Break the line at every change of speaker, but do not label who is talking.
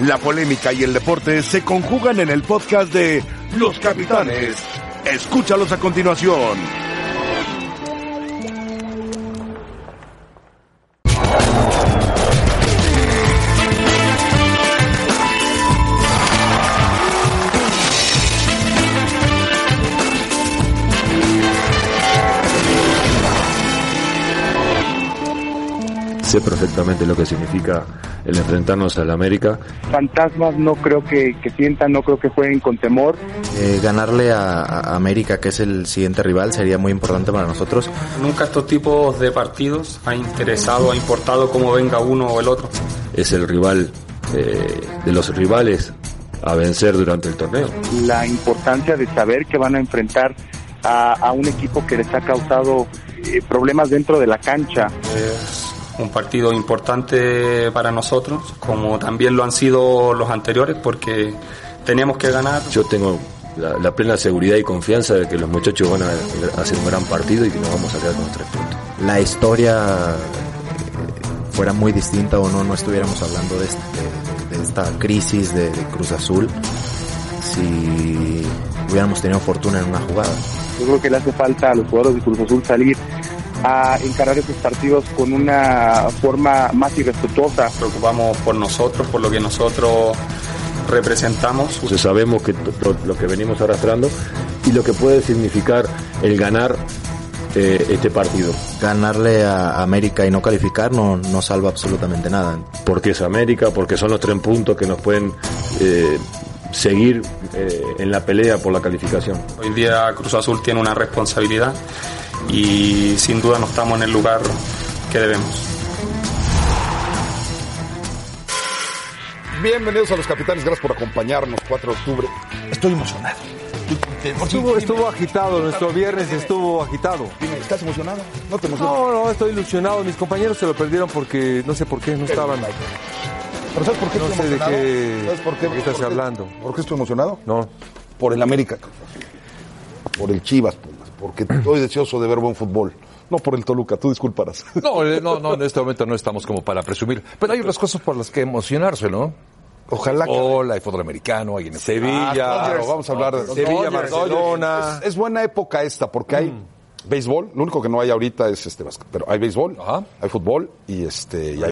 La polémica y el deporte se conjugan en el podcast de Los Capitanes. Escúchalos a continuación.
Sé perfectamente lo que significa el enfrentarnos al América.
Fantasmas no creo que, que sientan, no creo que jueguen con temor.
Eh, ganarle a, a América, que es el siguiente rival, sería muy importante para nosotros.
Nunca estos tipos de partidos ha interesado, ha importado cómo venga uno o el otro.
Es el rival eh, de los rivales a vencer durante el torneo.
La importancia de saber que van a enfrentar a, a un equipo que les ha causado eh, problemas dentro de la cancha.
Es un partido importante para nosotros, como también lo han sido los anteriores, porque teníamos que ganar.
Yo tengo la, la plena seguridad y confianza de que los muchachos van a, a hacer un gran partido y que nos vamos a quedar con los tres puntos.
La historia eh, fuera muy distinta o no, no estuviéramos hablando de, este- de- de esta crisis de, de Cruz Azul si hubiéramos tenido fortuna en una jugada.
Yo creo que le hace falta a los jugadores de Cruz Azul salir a encarar esos partidos con una forma más irrespetuosa.
Preocupamos por nosotros, por lo que nosotros representamos.
Entonces sabemos que to- to- lo que venimos arrastrando y lo que puede significar el ganar eh, este partido.
Ganarle a América y no calificar no, no salva absolutamente nada.
Porque es América, porque son los tres puntos que nos pueden eh, seguir eh, en la pelea por la calificación.
Hoy día Cruz Azul tiene una responsabilidad y sin duda no estamos en el lugar que debemos.
Bienvenidos a los capitanes, gracias por acompañarnos, 4 de octubre. Estoy emocionado.
Estuvo, estuvo agitado, nuestro viernes estuvo agitado.
¿Estás emocionado? No te emociones.
No, no, estoy ilusionado. Mis compañeros se lo perdieron porque no sé por qué, no estaban.
¿Pero sabes por qué
No
estoy
sé de
emocionado?
qué-
¿Sabes por qué?
de qué estás
¿Por qué-
hablando.
¿Por qué estoy emocionado?
No.
Por el América, por el Chivas, Pumas, porque estoy deseoso de ver buen fútbol. No por el Toluca, tú disculparás.
No, eh, no, no, en este momento no estamos como para presumir. Pero hay otras cosas por las que emocionarse, ¿no?
Ojalá que...
Hola, hay fútbol americano, hay en
Ah,
Sevilla.
Dodgers. vamos a hablar de
Sevilla,
Dodgers.
Barcelona.
Es, es buena época esta porque hay béisbol, lo único que no hay ahorita es este básquet, pero hay béisbol,
Ajá.
hay fútbol y este y hay